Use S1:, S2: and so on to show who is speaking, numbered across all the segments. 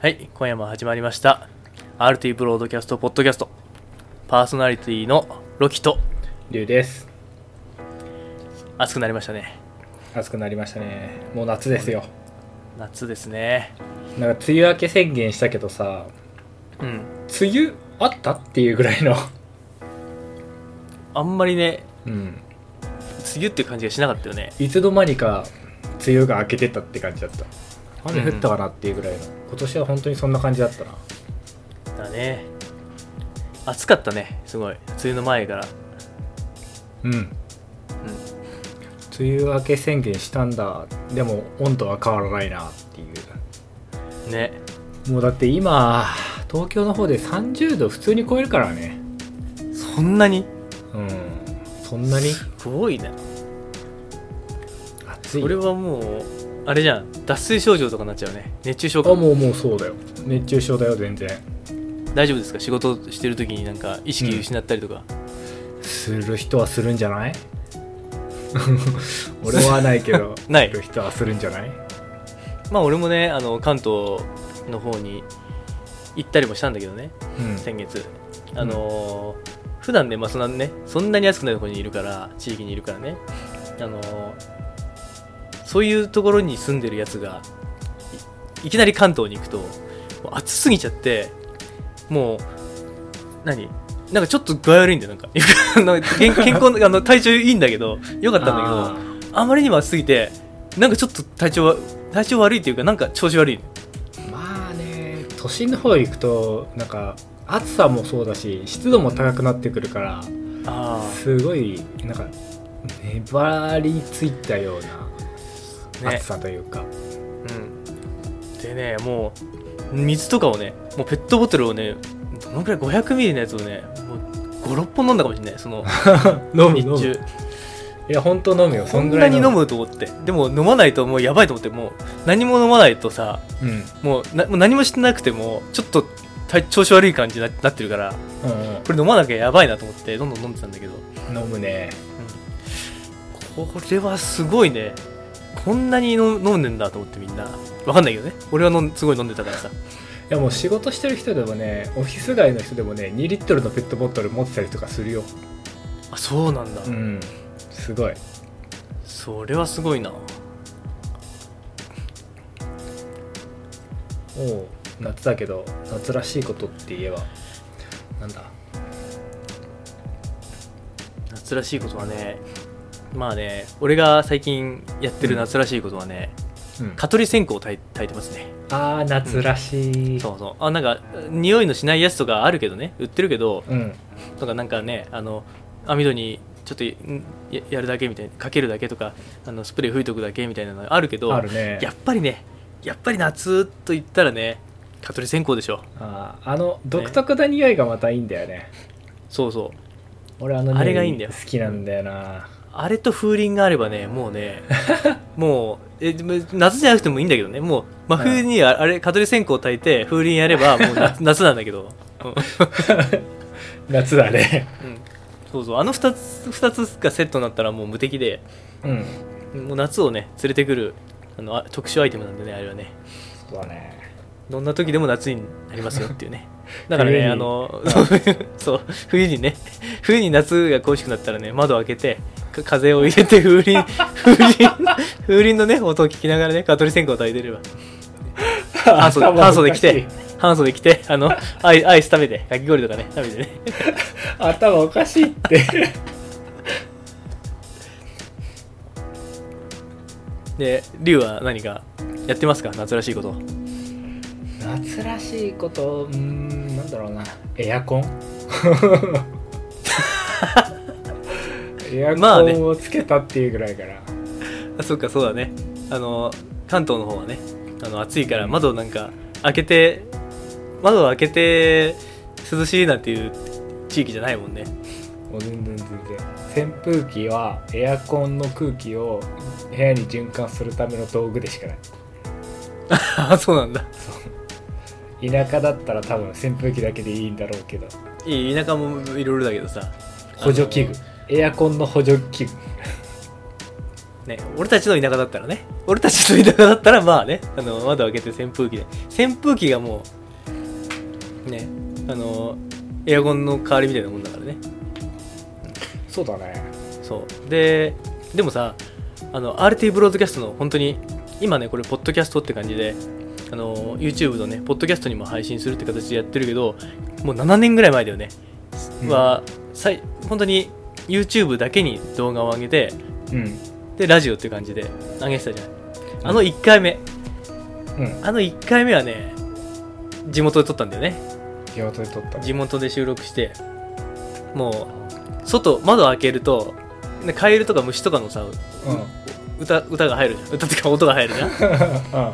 S1: はい、今夜も始まりました。RT ブロードキャストポッドキャスト。パーソナリティのロキと
S2: 龍です
S1: 暑くなりましたね。
S2: 暑くなりましたねもう夏ですよ
S1: 夏ですね。
S2: なんか梅雨明け宣言したけどさ
S1: うん。
S2: 梅雨あったっていうぐらいの
S1: あんまりね、
S2: うん
S1: 梅雨って感じがしなかったよね。
S2: いつの間にか梅雨が明けてたって感じだった雨降ったかなっていうぐらいの、今年は本当にそんな感じだったな
S1: だね。暑かったね、すごい。梅雨の前から。
S2: うん梅雨明け宣言したんだでも温度は変わらないなっていう
S1: うん。ね。
S2: もうだって今東京の方で30度普通に超えるからね
S1: そんなに
S2: うんそんなに
S1: すごいね。
S2: 暑い
S1: それはもう、あれじゃん。脱水症状とかになっちゃうね。熱中症
S2: あ
S1: か。
S2: もうもうそうだよ熱中症だよ全然
S1: 大丈夫ですか仕事してる時になんか意識失ったりとか。
S2: する人はするんじ ゃない俺はないけど
S1: ない
S2: する人はするんじゃない
S1: まあ俺もねあの関東の方に行ったりもしたんだけどね
S2: うん
S1: 先月あのー普段ねまあそんなねそんなに暑くないところにいるから地域にいるからねあのーそういうところに住んでるやつがいいきなり関東に行くともう暑すぎちゃってもう何なんかちょっと具合悪いんだよなんか なんか健健康なあの体調いいんだけどよかったんだけどあまりにも暑すぎてなんかちょっと体調は体調悪いっていうかなんか調子悪い
S2: あーまあね都心の方行くとなんか暑さもそうだし湿度も高くなってくるから
S1: あ
S2: すごいなんか粘りついたような
S1: ね
S2: 暑さというか、
S1: うん、でねもう水とかをねもうペットボトルをねどのくらい500ミリのやつをねもう56本飲んだかもしれないその
S2: 飲む
S1: 日
S2: 飲む
S1: 中
S2: いや本当飲むよ
S1: そ
S2: そん
S1: ん
S2: ぐ
S1: な
S2: らい
S1: に飲むと思ってでも飲まないともうやばいと思ってもう何も飲まないとさ
S2: うんうん
S1: もうなもう何もしてなくてもちょっと体調子悪い感じにななってるからこれ飲まなきゃやばいなと思ってどんどん飲んでたんだけど
S2: うん、飲むね
S1: これはすごいねこんなにの飲んでんだと思ってみんなわかんないけどね俺はのんすごい飲んでたからさ
S2: いやもう仕事してる人でもねオフィス街の人でもね2リットルのペットボトル持ってたりとかするよ
S1: あそうなんだ、
S2: うんすごい
S1: それはすごいな
S2: もう夏だけど夏らしいことって言えばなんだ
S1: 夏らしいことはねまあね俺が最近やってる夏らしいことはね、
S2: うん
S1: 蚊取り線香を焚い焚いてますね
S2: あー夏らしい、うん、
S1: そうそうあなんか匂いのしないやつとかあるけどね売ってるけど
S2: うん
S1: とかなんかねあの網戸にちょっとんややるだけみたいなかけるだけとかあのスプレー吹いとくだけみたいなのあるけど
S2: あるね
S1: やっぱりね、やっぱり夏と言ったらね、蚊取り線香でしょ。
S2: あーあの独特な匂いがまたいいんだよね
S1: そうそう。
S2: 俺あの
S1: あれがいい
S2: 匂
S1: んだ
S2: い
S1: よ
S2: 好きなんだよな
S1: あれと風鈴があればね、もうね、 もう、えでも夏じゃなくてもいいんだけどね、もう、真冬にああれ、蚊取り線香焚いて、風鈴やれば、もう 夏夏なんだけど。うん
S2: 夏だね
S1: うんそうそう。あの二つ、二つがセットになったらもう無敵で、
S2: うん
S1: もう夏をね、連れてくる、あの、あ特殊アイテムなんでね、あれはね。
S2: そうだね
S1: どんな時でも夏になりますよっていうね。だからね、
S2: 冬に
S1: あの、そう、 冬にね、冬に夏が恋しくなったらね、窓を開けて、か風を入れて風 鈴、風鈴、風鈴のね、音を聞きながらね、蚊取り線香を焚いてれば、半袖、半袖着て、半袖着て、あの、アイアイス食べて、かき氷とかね、食べてね。
S2: 頭おかしいって
S1: で、リュウは何かやってますか夏らしいこと。
S2: 夏らしいことうーんなんだろうなエ アコンエア
S1: まあね
S2: コンをつけたっていうぐらいから、
S1: あ、そっか、そうだね。あの、関東の方はね、あの、暑いから窓なんか開けて、窓を開けて涼しいなんていう地域じゃないもんね。
S2: もう全然全然扇風機はエアコンの空気を部屋に循環するための道具でしかない
S1: あ そうなんだ。
S2: そう田舎だったら多分扇風機だけでいいんだろうけど
S1: いい田舎もいろいろだけどさ。
S2: 補助器具エアコンの補助器
S1: ね、俺たちの田舎だったらね俺たちの田舎だったらまあねあの窓開けて扇風機で扇風機がもうねあのエアコンの代わりみたいなもんだからね
S2: そうだね
S1: そうででもさあの RT ブロードキャストの本当に今ねこれポッドキャストって感じであの YouTube のねポッドキャストにも配信するって形でやってるけどもう7年ぐらい前だよね、
S2: うん
S1: はさい本当に YouTube だけに動画を上げて
S2: うん
S1: でラジオっていう感じで上げてたじゃんあの1回目
S2: うん
S1: あの1回目はね地元で撮ったんだよね
S2: 地元で撮った
S1: 地元で収録してもう外窓開けるとねカエルとか虫とかのさ
S2: うんうん
S1: 歌歌が入るじゃん歌っていうか音が入るじゃん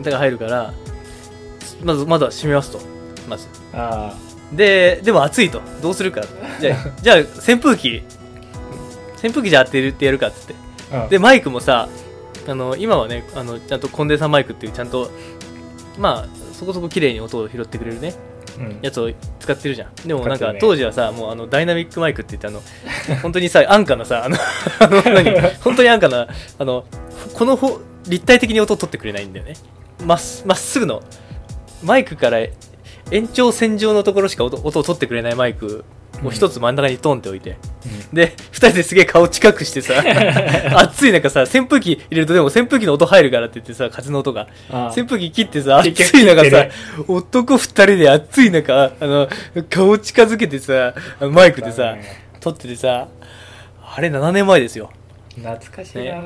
S1: 歌が入るからまず窓は閉めますとまず
S2: あ
S1: ででも暑いとどうするかじゃあじゃあ扇風機扇風機じゃ当てるってやるかっつって
S2: あ
S1: でマイクもさあの今はねあのちゃんとコンデンサーマイクっていうちゃんとまあそこそこ綺麗に音を拾ってくれるね
S2: うん
S1: やつを使ってるじゃんでもなん
S2: 使って
S1: か
S2: るね
S1: 当時はさもうあのダイナミックマイクって言ってあの本当にさ安価なさあの あの何本当に安価なあのこのほ立体的に音を取ってくれないんだよねまっすまっすぐのマイクから延長線上のところしか音音を取ってくれないマイクを一つ真ん中にトンって置いて、で2人ですげえ顔近く してさ暑い中さ扇風機入れるとでも扇風機の音入るからって言ってさ風の音が
S2: あ
S1: 扇風機切ってさ暑
S2: 結
S1: い
S2: 局切
S1: 中
S2: って
S1: さ
S2: ね
S1: 男2人で暑い中あの顔近づけてさあのマイクで
S2: だ
S1: さ
S2: ね
S1: 撮っててさあれ7年前ですよ、
S2: 懐かしいな、
S1: ね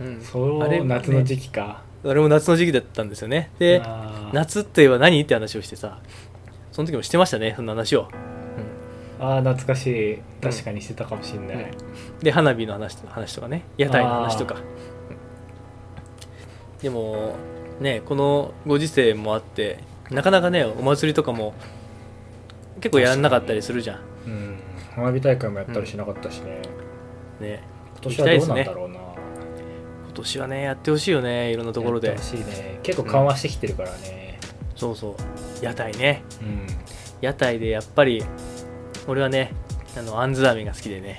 S1: うん
S2: そう
S1: あれ
S2: 夏の時期か、
S1: あれも夏の時期だったんですよねで
S2: あー
S1: 夏といえば何って話をしてさその時もしてましたねそんな話を、
S2: あー懐かしい確かにしてたかもしんない、
S1: ねで花火の話と話とかね屋台の話とかでもねこのご時世もあってなかなかねお祭りとかも結構やらなかったりするじゃん
S2: うん花火大会もやったりしなかったしね、
S1: ね
S2: 今年はどうなんだろうな
S1: 今年はねやってほしいよねいろんなところ
S2: や
S1: で
S2: ってほしいね結構緩和してきてるからね
S1: そうそう屋台ね
S2: うん
S1: 屋台でやっぱり俺はねあのあんず飴が好きでね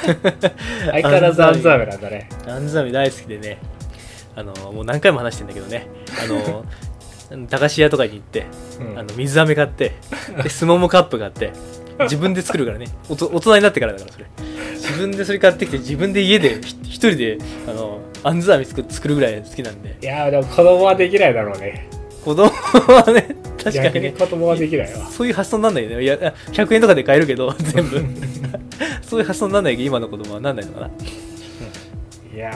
S2: 相変わらずアンザーメなんだね
S1: あんず飴大好きでねあのもう何回も話してんだけどねあのあ の駄菓子屋とかに行って
S2: うん
S1: あの水飴買 ってでスモモカップ買って自分で作るからねおと大人になってからだからそれ自分でそれ買ってきて自分で家でひ一人であのあんず飴作作るぐらい好きなんで
S2: いやーでも子供はできないだろうね
S1: 子供はね確か
S2: 逆
S1: に
S2: に
S1: ね
S2: 子供はできないわ
S1: そういう発想になんないよねいや100円とかで買えるけ ど全部そういう発想になんないけど今の子供はなんないのかない
S2: や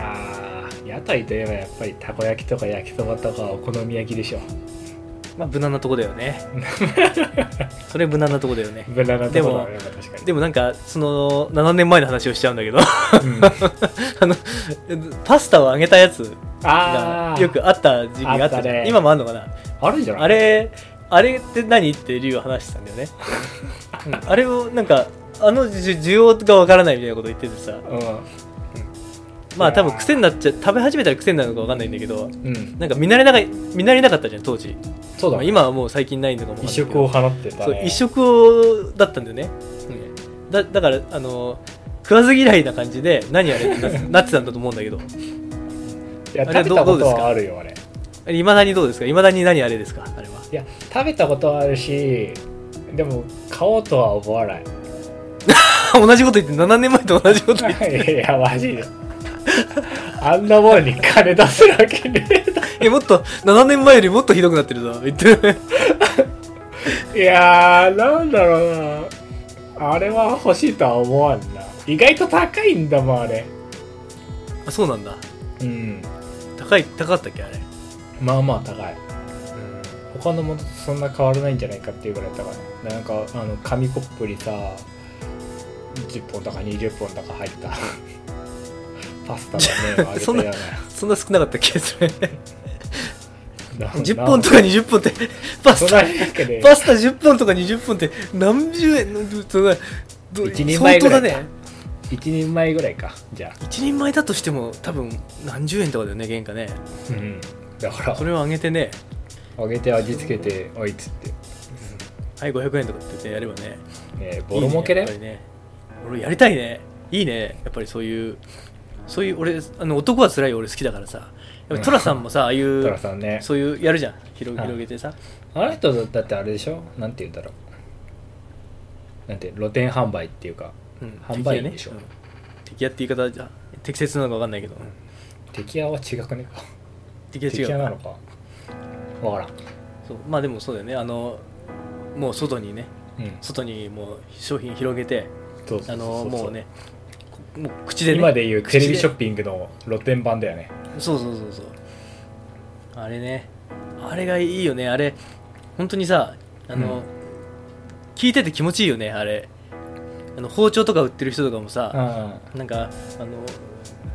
S2: ー屋台といえばやっぱりたこ焼きとか焼きそばとかお好み焼きでしょ
S1: まあ無難なとこだよ ねそれ無難なとこだよね
S2: 無駄なところだね確かに
S1: でもなんかその7年前の話をしちゃうんだけど
S2: うん
S1: あのパスタを揚げたやつ
S2: あ
S1: が
S2: あ
S1: よくあった時期があったじゃん
S2: あったね
S1: 今もあるのかな
S2: あるんじゃない
S1: あれあれって何ってリュウは話してたんだよね、うんあれをなんかあの需需要がわからないみたいなこと言っててさ
S2: う
S1: まあ多分癖になっちゃ食べ始めたら癖になるのかわかんないんだけど
S2: ん、うん、
S1: なんか見慣れなか見慣れなかったじゃん当時、
S2: そう
S1: ま
S2: だ
S1: あ
S2: ね
S1: 今はもう最近ないのかもわかん
S2: 移
S1: ないけど
S2: 植を放ってた、ね、
S1: そう一色をだったんだよね、うん、だだからあの食わず嫌いな感じで何あれってな なってたんだと思うんだけど
S2: いや
S1: あれは
S2: 食べ
S1: ど
S2: たこと
S1: どうですか
S2: はあるよあれ
S1: いまだにどうですかいまだに何あれですかあれはい
S2: や食べたことはあるしでも買おうとは思わ ない
S1: あ 同じこと言って7年前と同じこと言って
S2: いやマジであんなもんに金出すわけね
S1: えもっと7年前よりもっとひどくなってるぞ言って る
S2: えないやーなんだろうなあれは欲しいとは思わんな意外と高いんだもんあれ
S1: あそうなんだ
S2: うん
S1: 高い高かったっけあれ
S2: まあまあ高い他のものとそんな変わらないんじゃないかっていうぐらい高いなんかあの紙コップにさ10本とか20本とか入った パスタの麺を
S1: そん
S2: 揚
S1: な
S2: げたよ
S1: そんな少なかったっけそれ
S2: うな
S1: 10本とか20本って パ
S2: そ
S1: ス
S2: んな
S1: タ
S2: わけで
S1: パスタ10本とか20本って何十円のそんなど
S2: 一人前ぐら
S1: 相当だ
S2: いか
S1: ね
S2: 1人前ぐらいかじゃあ
S1: 一人前だとしても多分何十円とかだよね原価ね
S2: うんだから
S1: それを上げてね
S2: 揚げて味付けておいっつって、
S1: はい500円とかって言ってやればね
S2: ね、ボロ儲けだ
S1: いいねやっ
S2: よ
S1: ぱりね俺やりたいねいいねやっぱりそういうそういう俺あの男は辛い俺好きだからさやっぱトラさんもさああい
S2: トラ
S1: う
S2: さんね
S1: そういうやるじゃん広
S2: はい
S1: 広げてさ
S2: あの人だってあれでしょなんて言うんだろうなんて露店販売っていうか
S1: うん
S2: 販売員でしょ
S1: 敵やねうん敵やって言い方じゃ適切なのか分かんないけど
S2: 敵屋は違くね
S1: 敵は違
S2: 敵屋
S1: う
S2: なのかわからん
S1: そうまあでもそうだよねあのもう外にね
S2: うん
S1: 外にもう商品広げて
S2: そうそうそうそう
S1: あのもうねこもう口でね
S2: 今で言うテレビショッ
S1: ピ
S2: ピングの露店版だよね
S1: ングそうそうそうそうあれねあれがいいよねあれ本当にさあの、
S2: うん
S1: 聞いてて気持ちいいよねあれあの包丁とか売ってる人とかも
S2: う
S1: さ、
S2: ん
S1: なんかあの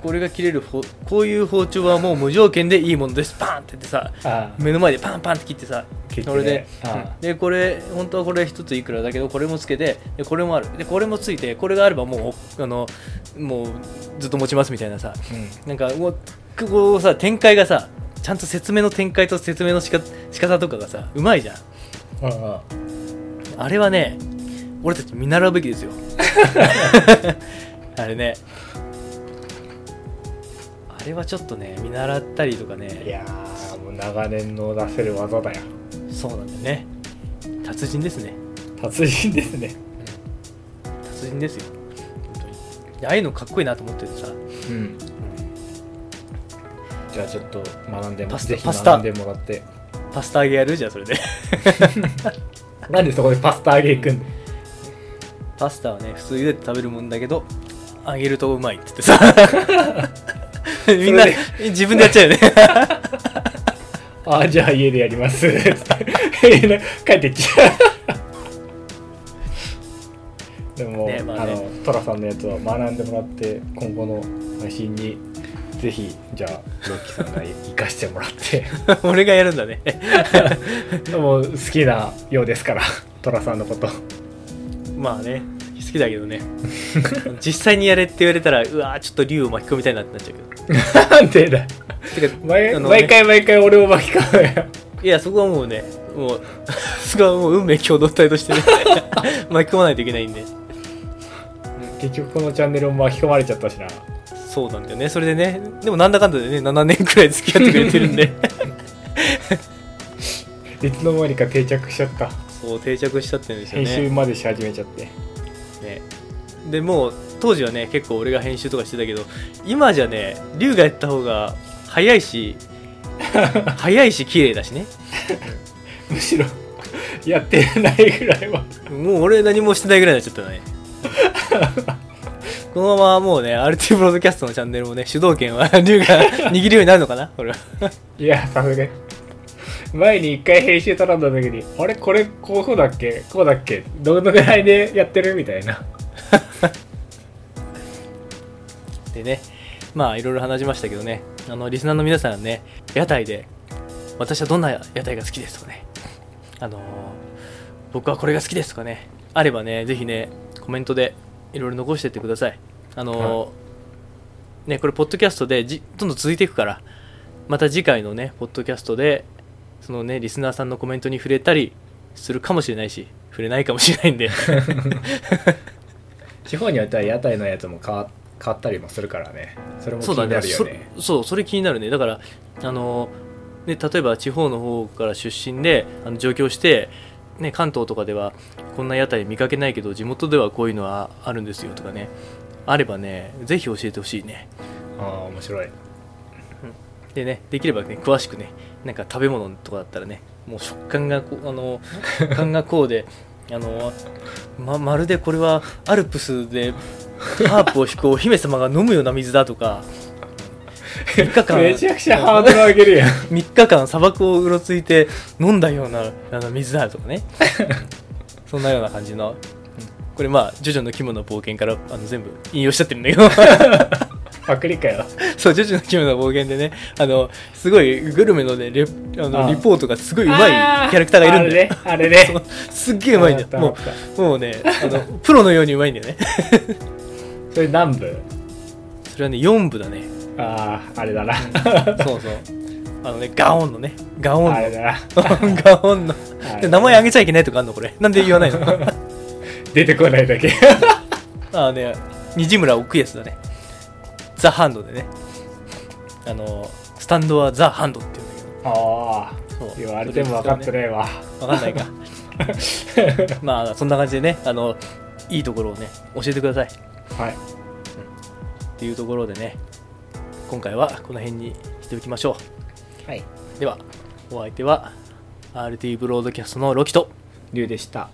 S1: これが切れるほこういう包丁はもう無条件でいいものですパーンって言ってさ
S2: あ
S1: 目の前でパンパンって切ってさ
S2: 切って
S1: そ
S2: ね
S1: れで
S2: ああ
S1: でこれ本当はこれ一ついくらだけどこれもつけてでこれもあるでこれもついてこれがあればもうあのもうずっと持ちますみたいなさ
S2: う
S1: なんかもうここうさ展開がさちゃんと説明の展開と説明のしか仕方とかがさうまいじゃん
S2: んうんうん
S1: あれはね俺たち見習うべき ですよあれねあれはちょっとね見習ったりとか
S2: い
S1: ね
S2: やーもう長年の出せる技だよ
S1: そうなんだよね達人ですね
S2: 達人ですね
S1: 達人ですよ本当にでああいうのかっこいいなと思っててさ
S2: うんじゃあちょっと学んでも
S1: パスタ
S2: ぜひ
S1: パスタ
S2: 学んでもらって
S1: パスタ揚げやるじゃあそれで
S2: なんでそこでパスタ揚げいくんだ
S1: パスタはね普通茹でて食べるもんだけど揚げるとうまいって言って さみんな
S2: それ
S1: 自分でやっちゃうよね
S2: あじゃあ家でやります 帰ってっちゃうでも、
S1: ねまあ
S2: あ
S1: ね
S2: のトラさんのやつは学んでもらって今後の配信にぜひじゃあロッキーさんが生かしてもらって
S1: 俺がやるんだね
S2: もう好きなようですからトラさんのこと
S1: まあね好きだけど ね実際にやれって言われたらうわーちょっと竜を巻き込みたいなってなっちゃうけ
S2: なんでだ
S1: どてか
S2: 毎
S1: あのね
S2: 毎回毎回俺を巻き込むよ
S1: いやそこはもうねもう そこはもう運命共同体と してね巻き込まないといけないんで
S2: 結局このチャンネルも巻き込まれちゃったしな
S1: そうなんだよねそれでねでもなんだかんだでね7年くらい付き合ってくれてる んで
S2: いつの間にか定着しちゃった
S1: そう定着したってんですよ
S2: 編
S1: ね
S2: 集までし始めちゃって
S1: ねでもう当時はね結構俺が編集とかしてたけど今じゃね龍がやった方が早いし早いし綺麗だしね
S2: むしろやってないぐらいは
S1: もう俺何もしてないぐらいになっちゃったねこのままもうね RT ブロードキャストのチャンネルもね主導権は龍が握るようになるのかな俺はい
S2: やさすがに前に一回編集頼んだ時にあれこれこうだっけこうだっけどのぐらいでやってるみたいな
S1: でねまあいろいろ話しましたけどねあのリスナーの皆さんね屋台で私はどんな屋台が好きですとかねあのー僕はこれが好きですとかねあればねぜひねコメントでいろいろ残してってくださいあのーねこれポッドキャストでじどんどん続いていくからまた次回のねポッドキャストでそのねリスナーさんのコメントに触れたりするかもしれないし触れないかもしれないんで
S2: 地方によっては屋台のやつも変わ変わったりもするからねそれも気
S1: そう
S2: に
S1: だね
S2: なるよね
S1: そそうそれ気になるねだからあの、ね、例えば地方の方から出身であの上京して、ね、関東とかではこんな屋台見かけないけど地元ではこういうのはあるんですよとかねあればねぜひ教えてほしいね
S2: ああ面白い
S1: でねできればね詳しくねなんか食べ物とかだったらねもう食感がこうあの食感がこうで あのままるでこれはアルプスでハープを弾くお姫様が飲むような水だとか3日間
S2: めちゃくちゃハードル上げるやん
S1: 3日間砂漠をうろついて飲んだようなあの水だとかねそんなような感じのこれまあ「ジョジョの奇妙な冒険」からあの全部引用しちゃってるんだけど
S2: パクリかよ
S1: そう「ジョジョの奇妙な冒険」でねあのすごいグルメのねレあの
S2: ああ
S1: リポートがすごいうまいキャラクターがいるんだよ
S2: あれねあれ
S1: そ
S2: ね
S1: うすっげえうまいんだ
S2: あ
S1: よ
S2: あっ
S1: も
S2: たあっ
S1: うもうねあのプロのようにうまいんだよね
S2: それ南部
S1: それはね4部だ ね
S2: あああ れだな
S1: そうそうあのねガオンのねガオン
S2: あ
S1: の
S2: れだな
S1: ガオンの
S2: あれ
S1: で名前あげちゃいけないとかあんのこれなんで言わ ないの
S2: 出てこないだけ
S1: ああね、虹村奥安だね。ザ・ハンドでねあのスタンドはザ・ハンドって言うんだ
S2: ああ
S1: けどそう
S2: 言われても分かってねえわ、
S1: 分かんないかまあそんな感じでねあのいいところをね教えてくださいっ
S2: はい
S1: ていうところでね今回はこの辺にしておきましょ
S2: はい、
S1: うではお相手は RT ブロードキャストのロキと
S2: 龍でした